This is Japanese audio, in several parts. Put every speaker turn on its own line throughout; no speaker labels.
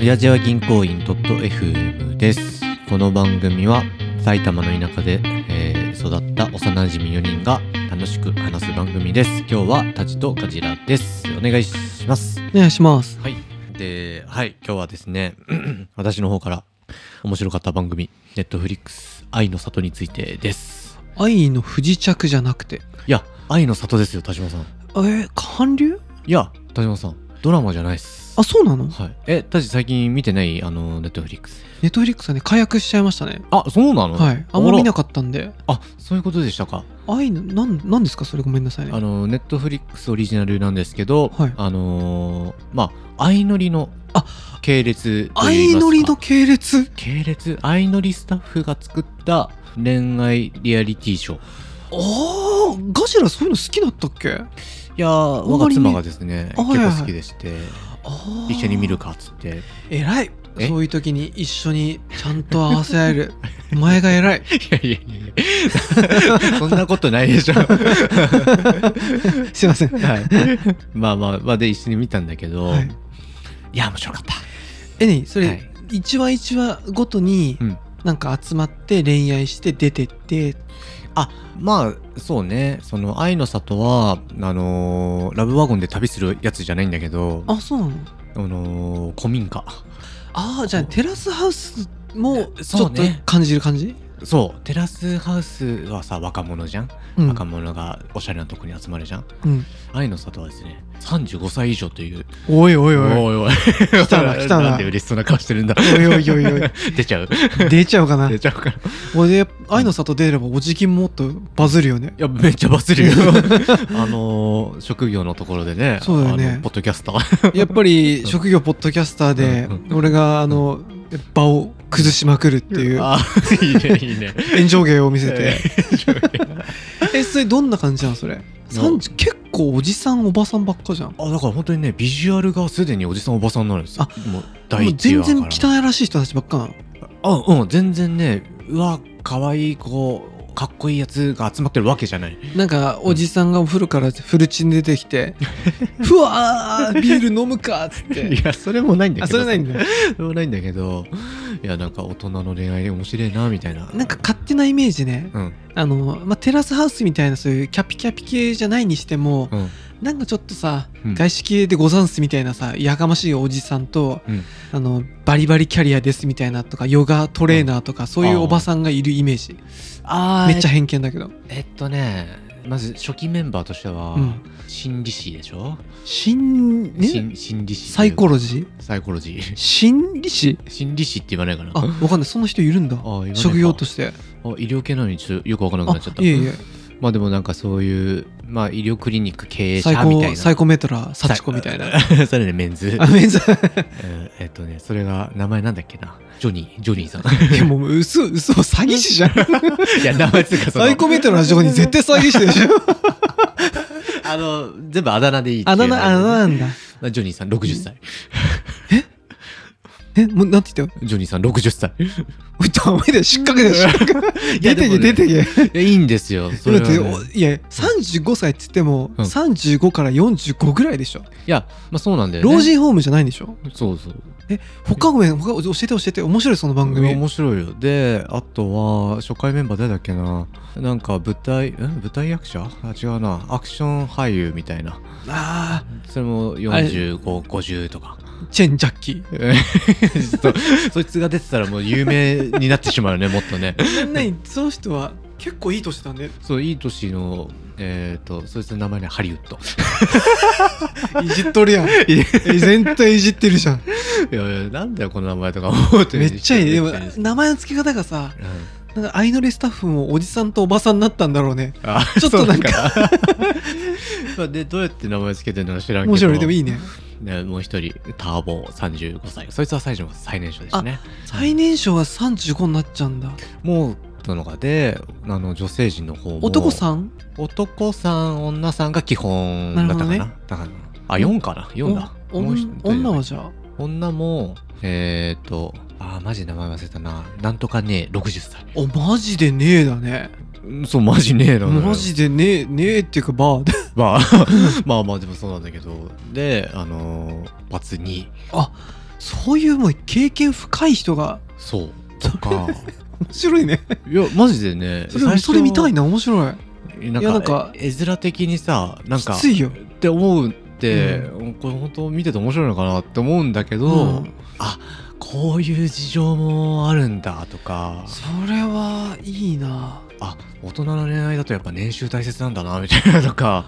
親父は銀行員 .fm です。この番組は埼玉の田舎で、えー育った幼馴染4人が楽しく話す番組です。今日はタジとカジラです。お願いします。
お願いします。
はい。で、はい、今日はですね、 私の方から面白かった番組、ネットフリックス愛の里についてです。
愛の不時着じゃなくて、
いや、愛の里ですよ、田島さん。
えー、韓流
いや、田島さん、ドラマじゃないっす。
あ、そうなの
はい。え、タジ最近見てないあの、ネットフリックス。
ネットフリックスはね、解約しちゃいましたね。
あ、そうなの
はい。あんま見な
く
かったんで。
あ、そういうことでしたか。
愛の、なん、なんですかそれごめんなさいね。
あの、ネットフリックスオリジナルなんですけど、
はい
あのーまあ、相乗りの
あ
系列といいま
愛
すか。
のりの系列
系列相乗りスタッフが作った恋愛リアリティショー。
ああ、ガジラそういうの好きだったっけあ
いやー、
ん
我
ま
が
りね
妻がですね、結
あはいはい
構好きでして、
あ。
一緒に見る。かっつって。
偉い。
え
そういう時に一緒にちゃんと合わせ合える。 お前が偉い。
いやいやいやいや そんなことない でしょ。
すいません。
はい、まあまあまあで一緒に見たんだけど、
はい
い、や面白かった
え、ね、そ
は
れ
い、
一話一話ごとに
うん、
なんか集まって恋愛して出てって、
まあそうねその「愛の里は」あのーラブワゴンで旅するやつじゃないんだけどあ、
あ、そうなの
のー古民家
ああじゃあテラスハウスもち
そ
ょ
う
っと
ね
感じる感じ
そうテラスハウスはさ若者じゃん、
うん
若者がおしゃれなとこに集まるじゃん
うん
愛の里はですね35歳以上という
おいおい
お
おいおい
いおい
来たな来たなん
で嬉しそうな顔してるん だ
おいおいおいおい
出ちゃう
出ちゃうかな
出ちゃうから
俺愛の里出ればおじきもっとバズるよね
いや、めっちゃバズ るよ。あのー職業のところでね、
そうだよね
あのポッドキャスター。
やっぱり職業ポッドキャスターで
うん
俺があの場を崩しまくるっていう
あいいね、いいね。
炎上芸を見せ て
えー
えそれどんな感じなのそれ30結構おじさんおばさんばっかじゃんも
あ、だから本当にね、ビジュアルがすでにおじさんおばさんになるんですよ。もう第
う
一
全
話から。
然汚いらしい人たちばっかなの
あ、うん、全然ね、うわ、可愛い子、かっこいいやつが集まってるわけじゃない。
なんかおじさんがお風呂からフルチン出てきて「ふわービール飲むか」っつって
や、それも ないん
あそれないん
だ。
だ
それもないんだけど、いや、なんか大人の恋愛で面白いな、みたいな。
なんか、勝手なイメージね
うん、
あの、まあ、テラスハウスみたいなそういうキャピキャピ系じゃないにしても
うん。
なんかちょっとさ
うん
外資系でござんすみたいなさやかましいおじさんと、
うん
あのバリバリキャリアですみたいなとかヨガトレーナーとか、そういうおばさんがいるイメージ
あ
めっちゃ偏見だけど
えっとねまず初期メンバーとしては、
うん
心理師でしょ、
心ね
心心理師
サイコロジー
サイコロジー
心理師
心理師って言わないかな
あわかんないそんな人いるんだ
言わないか
職業として
あ医療系なのにちょっとよくわからなくなっちゃった
いえいえ
まあでもなんかそういう、まあ、医療クリニック経営者
サイ
みたい
コ
な
サイコメトラサチコみたいな。
な それねメン ズ、
あメンズ
うんえっとねそれが名前なんだっけなジョニージョニ ーさん
でももう嘘嘘詐欺師じゃ ん
いや名前つうかその
サイコメトラの上に絶対詐欺師でし ょ
あの全部あだ名でいいってい
あ
う
だ名あだ名なんだ
まあジョニーさん60歳
えもうなんて言った
ジョニーさん60歳
おいダメだよ失格だよ失格 出て
いやでもね
け出てけ
いやいいんですよそれ
だっ
は
て
ね、
おいや35歳って言っても
うん
35から45ぐらいでしょ
いや、まあそうなんだよね。
老人ホームじゃないんでしょ
そうそう。
他ごめん他教えて教えて面白いその番組
面白いよ。で、あとは、初回メンバー誰だっけななんか舞台、ん舞台役者あ、違うな。アクション俳優みたいな。
あ
それも45、50とか。
あチェン・ジャッキ ー
えー そうそいつが出てたらもう有名になってしまうよね、もっとね。
何その人は結構いい年だね
そう、いい年の、えっ、と、そいつの名前ね、ハリウッド。
いじっとるやん全体いじってるじゃん
いやいや、なんだよ、この名前とか思って
めっちゃいいねでも
うん
名前の付け方がさなんか相乗りスタッフもおじさんとおばさんになったんだろうね
あ
ちょっとなんか
そうなのかな まあでどうやって名前つけてるのか知らんけど
面白いでもいいね
ね、もう一人ターボ35歳そいつは最初の最年少でしたね
最年少は35になっちゃうんだ
もうとのがであの女性陣の方も
男さん
男さん女さんが基本だったかな
なるほど
だからあ4かな4だ
お
もう一
お女は
人
じゃあ
女もえっ、ー、とあーマジで名前忘れたななんとかね60歳
おマジでねえだね
うんそうマジねえなのよ
マジでねえねえっていうかバー
まあまあまあでもそうなんだけどであのーバツ2
そういうもう経験深い人が
そう
そ
とか
面白いね
いやマジでね
それそれ見たい
な
な面白い
なん
いやなん
か
か
絵面的にさなんか
きついよ
って思うって、これ本当見てて面白いのかなって思うんだけど、
うん
あこういう事情もあるんだとか
それはいいな
あ大人の恋愛だとやっぱ年収大切なんだなみたいなとか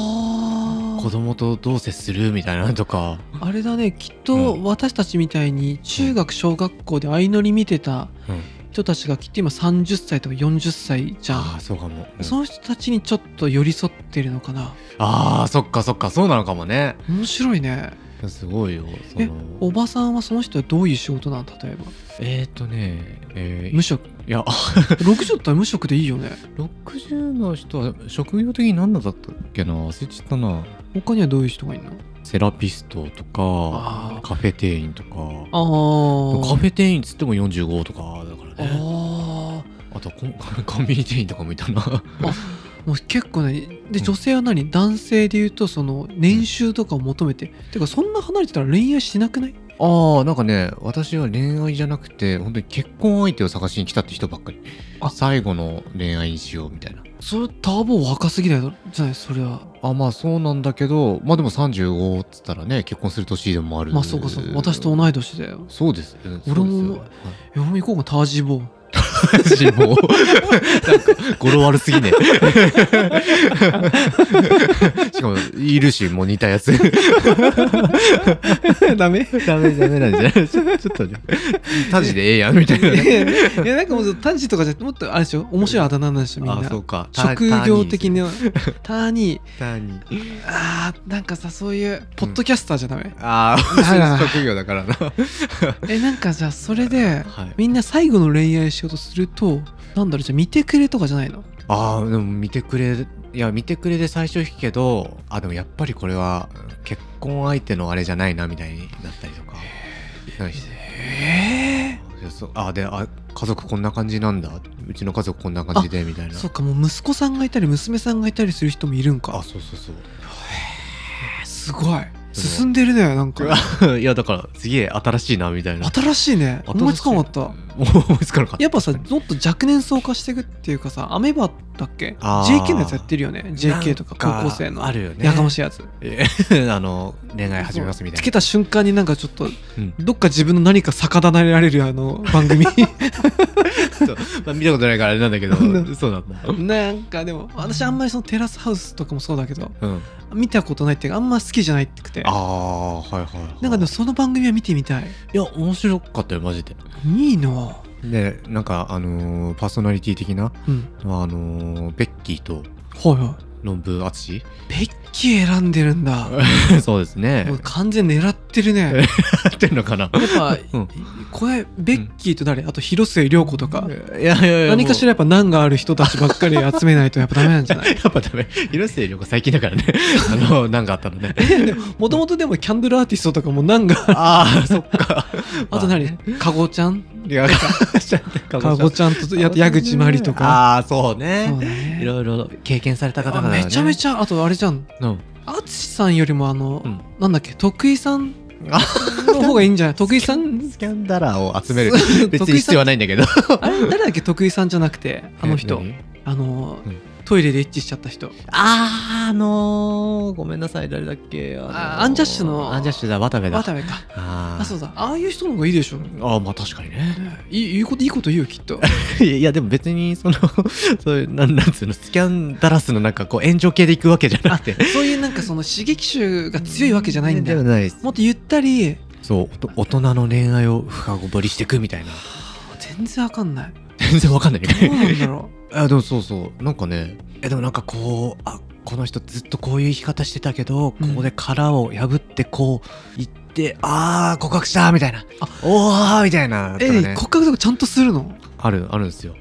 あ
子供とどう接するみたいなとか
あれだねきっ
う
と私たちみたいに中学小学校で相乗り見てた
うん
人たちがきっと今30歳とか40歳じゃ
あ
ん
あそうかも、うん
その人たちにちょっと寄り添ってるのかな
あーそっかそっかそうなのかもね
面白いね
すごいよそ
え
の
おばさんはその人はどういう仕事なん例えば
えー、っとね、えー
無職
いやあ
60だったら無職でいいよね
60の人は職業的に何だったっけな忘れちゃったな
他にはどういう人がいるの
セラピストとか
あ
カフェ店員とか
あー
カフェ店員っつっても45とかだからね
あ
あとコン コンビニ店員とかもいたな
ーもう結構ねで
うん
女性は何、男性で言うとその年収とかを求めて、てかそんな離れてたら恋愛しなくない
あーなんかね私は恋愛じゃなくて本当に結婚相手を探しに来たって人ばっかり
あ
最後の恋愛にしようみたいな
それターボ若すぎだよじゃないそれは
あまあそうなんだけどまあでも35っつったらね結婚する年でもある
まあそうかそうか私と同い年だよ
そうですうん
俺も
そう
いやもう行こうかタージーボー
ですよはいもうなんか語呂悪すぎね しかもいるしもう似たやつ
ダメ
ダメダメなんじゃないちょっと タジでええやんみたいな、ね、
いやなんかもうタージーとかじゃもっとあれでしょ面白いあだ名なんでしょみん
あ
な
そうか
職業的 なターニー
ターニー
あーなんかさそういうポッドキャスターじゃダメ、
あ
あ
あ
ー
職業だからな
えなんかじゃあそれで
はい
みんな最後の恋愛しようとするとなんだろうじゃあ見てくれとかじゃないの
あーでも見てくれいや見てくれで最初引くけどあでもやっぱりこれは結婚相手のあれじゃないなみたいになったりとかなんか
え
いやそうあであ家族こんな感じなんだうちの家族こんな感じでみたい
え
な
そっかもう息子さんがいたり娘さんがいたりする人もいるんか
あそうそうそう
えすごい進んでるねなんか
いやだからすげえ新しいなみたいな
新しいね
新しい
思いつかなかった
思いつかなかった
やっぱさもっと若年層化していくっていうかさアメバだっけ
あー
JK のやつやってるよね JK とか高校生
なん
の
あるよね
やかましいやつ
え あの恋愛始めますみた
つ
い
けた瞬間になんかちょっと
うん
どっか自分の何か逆立られるあの 番組
な、まあ、見たことないからあれなんだけど
うん
そうなんだ
なんかでも私あんまりそのテラスハウスとかもそうだけど
うん
見たことないっていうかあんま好きじゃないってくて
ああはいはい、はい、
なんかでもその番組は見てみたい
いや面白かったよマジで
いいな
でなんかあのーパーソナリティ的な
うん
あのーベッキーと
はいは
論文淳
いベッキー選んでるんだ
そうですね
もう完全狙ってるね
やってんのかな
やっぱ
うん
これベッキーと誰あと広末涼子とか
いやいやいや
何かしらやっぱ難がある人たちばっかり集めないとやっぱダメなんじゃ な
もう
い
やっぱダメ広末涼子最近だから ねあの何かあったのね
もともとでもキャンドルアーティストとかも難が
ああそっ か
あと何かごちゃん
いやか
かごちゃんとや矢口真理とか
ああそうね
そうね
いろいろ経験された方々
あ
だね
めちゃめちゃあとあれじゃん
うん
淳さんよりもあの、
うん
なんだっけ徳井さん
あ
の方がいいんじゃ ない徳井さん
スキャンダラーを集める
そう
別
徳
に
井
必
さん
要はないんだけど
あれ誰だっけ徳井さんじゃなくてあの人
え
あの、
うん
トイレでエッチしちゃった人
あーあのーごめんなさい誰だっけあのー
あアンジャッシュの
アンジャッシュだ渡部だ
渡部か
あ
あそうだああいう人の方がいいでしょね
うあーまあ確かにね
いいいいこといいこと言うよきっと
いやいやでも別にその そういうなんなんつうのスキャンダラスのなんかこう炎上系でいくわけじゃなくて
そういうなんかその刺激臭が強いわけじゃないんだよ
ではないです
もっとゆったり
そうおと 大人の恋愛を深掘りしていくみたいな
全然わかんない
全然わかんない
どうなんだろ
あでもそうそうなんかねえでもなんかこうあこの人ずっとこういう生き方してたけど、
うん
ここで殻を破ってこう行ってああ告白したみたいな
あ
おおみたい な、
うえ
ね
骨格とかちゃんとするの
あるあるんですよ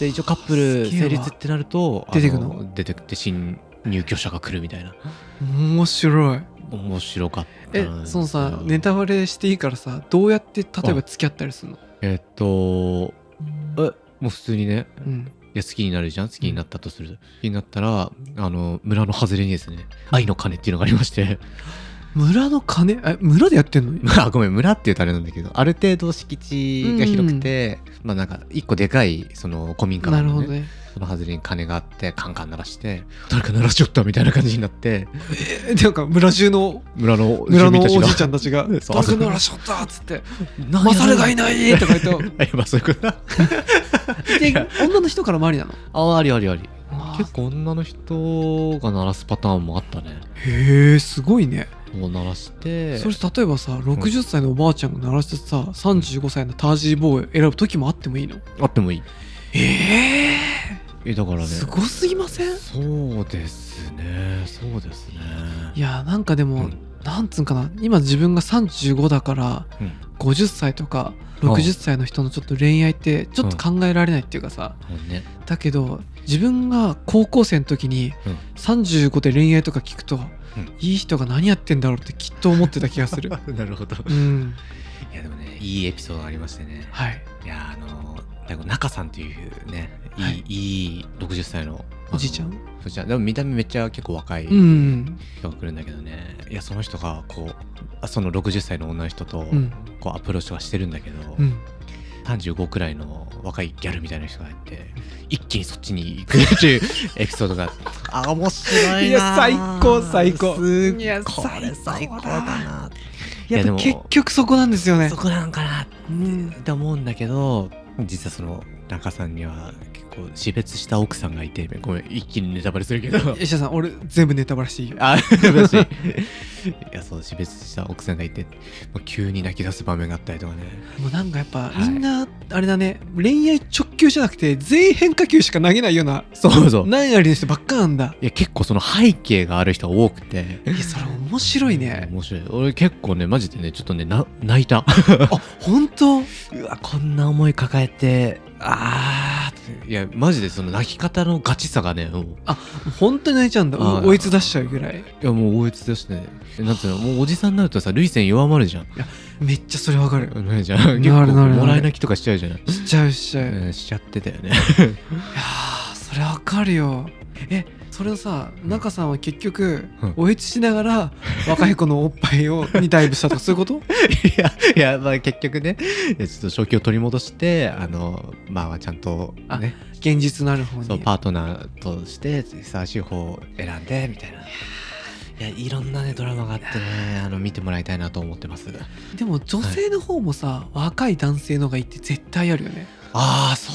で一応カップル成立ってなると
すげえわ
あ出てくって新入居者が来るみたいな
面白い
面白かった
え
な
そのさ
うん
ネタバレしていいからさどうやって例えば付き合ったりするの
えっとえもう普通にね
うん
いや好きになるじゃん好きになったとする、好きになったらあの村の外れにですね愛の鐘っていうのがありまして
村の鐘え村でやってん の
まあごめん村っていうとあれなんだけどある程度敷地が広くて、まあなんか一個でかいその古民家
な
な
るほ
の
ど
ね
ね
その外れに鐘があってカンカン鳴らして誰か鳴らしちゃったみたいな感じになって
えなんか村中の
村の
村のお
住民
じ
た
いち
が
ゃんたちが「
そう
誰か鳴らしちゃった」っつって「
何や
マサ ルがいない!」とか言っ
あやばそういうことだ
てで女の人からもありなの
あありありあり結構女の人が鳴らすパターンもあったね
へえすごいね
もう鳴らして
それ例えばさ60歳のおばあちゃんが鳴らしてさ35歳のタージーボーイを選ぶ時もあってもいいの
あってもいい
え
えだから
え
ね
すごすぎません
そうですねそうですね
いやなんかで
う
も、
ん
なんつうんかな今自分が35だから
うん
50歳とか
うん
60歳の人のちょっと恋愛ってちょっと考えられないっていうかさ、
もうね
だけど自分が高校生の時に
うん
35で恋愛とか聞くと、
ん
いい人が何やってんだろうってきっと思ってた気がする
なるほど
うん
いやでもねいいエピソードがありましてね
はい
いやあのなんか中さんっていうねいい,、
はい
い、い60歳の
おじいちゃ
あ
ん
のおじいちゃんでも見た目めっちゃ結構若い
うん
人が来るんだけどね、いやその人がこうあその60歳の女の人と
うん
こうアプローチはしてるんだけど、
うん
35くらいの若いギャルみたいな人がやって一気にそっちに行くって いうエピソードがあ面白いない
いや最高最高
す
いや
これ
最
最
高
高
だ
だない
や
で
で
も
も結局そこなんですよね
そこなんかな
うん
って思うんだけど実はその中さんには結構死別した奥さんがいてごめん一気にネタバレするけ ど
石田さん俺全部ネタバレしていいよ
あ私 いやそう死別した奥さんがいてもう急に泣き出す場面があったりとかね
もうなんかやっぱ
は
み
い
んなあれだね、恋愛直球じゃなくて全員変化球しか投げないような
そうそう
何やりの人ばっかなんだ
いや結構その背景がある人が多くて
いやそれ面白いね
面白い俺結構ねマジでねちょっとねな泣いた
あ本当
うわこんな思い抱えてああいやマジでその泣き方のガチさがねもう
本当に泣いちゃうんだう
あー
追いつ出しちゃうぐらい
いやもう大悦だしねなんていうのもうおじさんになるとさ涙腺弱まるじゃん
めっちゃそれわかる
ないじゃん
な る
結構
なる
もらい泣きとかしちゃうじゃん、
しちゃうしちゃう、いや
うん、しちゃってたよね
ーそれわかるよえそれをさ中さんは結局
うん
追いつしながら若い子のおっぱいをにダイブしたとかそういうこと
いやいやまあ結局ねいやちょっと正気を取り戻してあのまあちゃんとね
現実のある方に
そうパートナーとしてふさわしい方を選んでみたいないやいろんなねドラマがあってねあの見てもらいたいなと思ってます
でも女性の方もさ、若い男性の方がいいって絶対あるよね
ああそ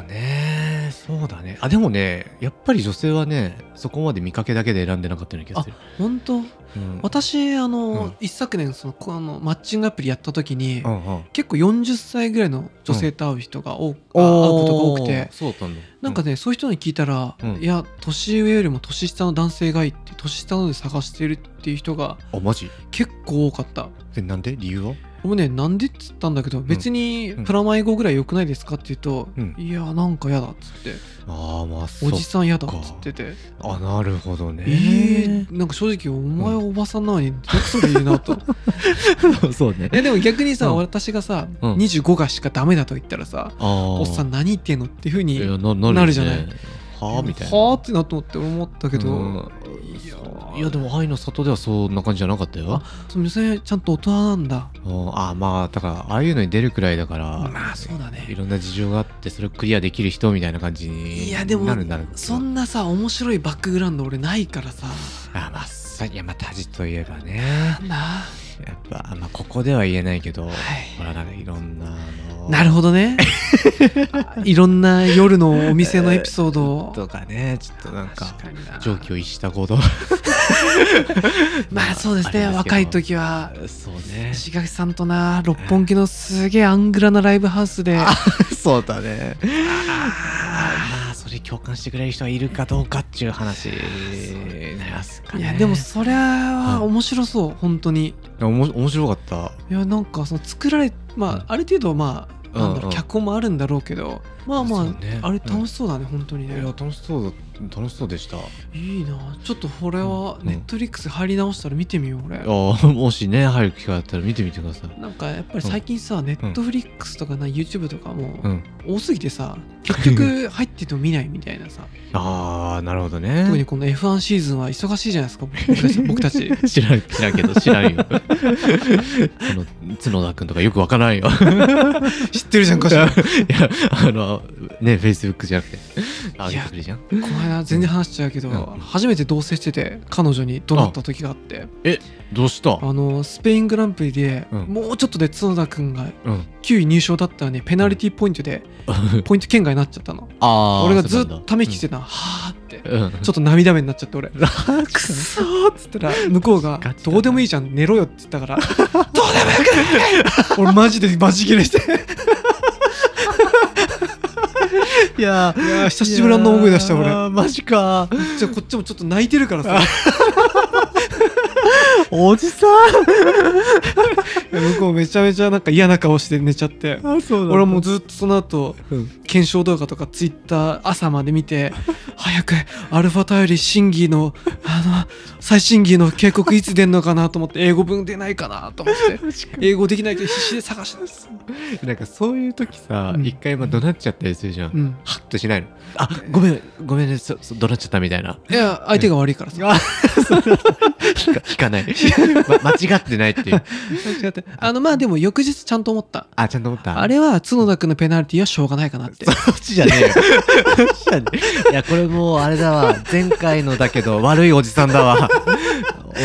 うねそうだねあでもねやっぱり女性はねそこまで見かけだけで選んでなかったような気がする、
本当
うん、
私あの、
うん
一昨年そのこあのマッチングアプリやった時に、
うんうん
結構40歳ぐらいの女性と会う人が多、あ会うことが多くて
そうだったんだ
なんかね、そういう人に聞いたら、
うん
いや年上よりも年下の男性がいいって年下ので探してるっていう人が
あマジ
結構多かった
でなんで理由は
もうねなんでっつったんだけど別に
うん
プラマイ語ぐらい良くないですかって言うと、
うん
いやなんかやだっつって
ああまあそう
おじさんやだっつってて
あなるほどね
えー、なんか正直お前おばさんなのにどくそでいいなと
そうね
えでも逆にさ、
うん
私がさ、
うん
25がしかダメだと言ったらさ、
ああ
おっさん何言ってんのっていうふう
い
に
やななる,、
なるじゃない
はあみたいな
はあってなと思って思ったけど、
うん
いやー
いやでも愛の里ではそんな感じじゃなかったよ
その女性ちゃんと大人なんだ
うんあまあだからああいうのに出るくらいだから
まあそうだね
いろんな事情があってそれをクリアできる人みたいな感じに
いやでも
なるんだろうけど
そんなさ面白いバックグラウンド俺ないからさ
あまあさいやまあタジといえばね
なんだは
やっぱ、まあ、ここでは言えないけど、
い
ほらなんかいろんなあの
なるほどね いろんな夜のお店のエピソード を
とかねちょっとなんか
確かにな
常軌を逸したこと
まあそうです
あり
ね
ますけど
若い時は
そう ね
石垣さんとな六本木のすげえアングラなライブハウスで
そうだね。まあ、それ共感してくれる人はいるかどうかっていう話になりますか
い
ね。
やでもそりゃあ
はい
面白そう本当に
おも面白かった。
いやなんかその作られまあある程度まあなんだ
うん
ろ
う
うん脚本もあるんだろうけどまあ
そ
ま
うね
ああれ楽
し
しそうだね本当に
いや
ね
楽しそうだっでも楽しそうでした
いいなちょっとこれは
うん
ネットフリックス入り直したら見てみよう俺
ああもしね入る機会あったら見てみてください
なんかやっぱり最近さネットフリックスとかな YouTube とか
う
も
ん
多すぎてさ結局入ってても見ないみたいなさ
ああなるほどね
特にこの F1 シーズンは忙しいじゃないですか僕 たち僕た ち
知らん知らんけど知らんよこの角田君とかよくわからんよ
知ってるじゃん か
い
しら
や
こ
あのねフェイスブックじゃなくてあ
い
げ
や
てくれじゃん
の間全然話しちゃうけど
うん
初めて同棲してて彼女に怒鳴った時があって
どうした
あのスペイングランプリで
うん
もうちょっとで角田君が
うん
9位入賞だったのにペナルティーポイントでポイント圏外になっちゃったの
あー
俺が
そ
ず
うな
っ
んだ
とため息してたのはあって
うんうん
ちょっと涙目になっちゃって俺
ラー
くそーっつったら向こうが
ガチ
「
だな
どうでもいいじゃん寝ろよ」って言ったから「どうでもよくない!」俺マジでマジ切れして
いや
いやー久しぶりの思い出した俺
俺マジか
じゃあこっちもちょっと泣いてるからさ
おじさん
向こうめちゃめちゃなんか嫌な顔して寝ちゃって
あそう
俺はもう
う
ずっとその後
うん
検証動画とかツイッター朝まで見て 早くアルファタイリ審議のあの最新議の警告いつ出んのかなと思って英語文出ないかなと 思って英語できないけど必死で探したんです、
なんかそういう時さ
うん
一回まあ怒鳴っちゃったりするじゃん
うん、
ハッとしないのあごめんごめんねそそ怒鳴っちゃったみたいない
や相手が悪いからさ
あ聞か聞か ない、ま間違ってないっていう
違ってあのまあでも翌日ちゃんと思った
あちゃんと思った
あれは角田君のペナルティはしょうがないかなって
そっちじゃねえよそっちじゃねえいやこれもうあれだわ前回のだけど悪いおじさんだわ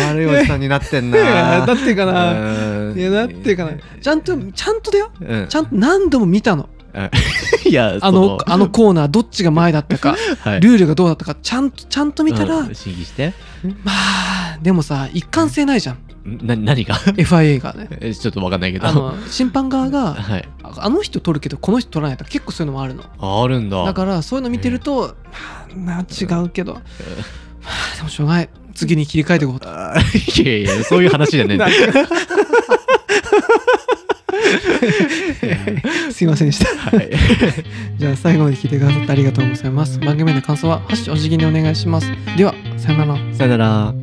悪いおじさんになってん
いや
な
だってかな
うん
いやだってかなちゃんとちゃんとだよ
うん
ちゃんと何度も見たの
いや
あのあのコーナーどっちが前だったか
はい
ルールがどうだったかちゃんとちゃんと見たら、
うん審議して
まあでもさ一貫性ないじゃん
んな何が
FIA がね
えちょっとわかんないけど
あの審判側が
はい
ああの人取るけどこの人取らないとか結構そういうのもあるの
ああるんだ
だからそういうの見てると、まあな違うけど、まあでもしょうがない次に切り替えていこうと
あー いやいやそういう話じゃねえんだ
すいませんでした
はい
じゃあ最後まで聞いてくださってありがとうございます番組への感想は「ハッシュお辞儀」にお願いしますではさよなら
さよなら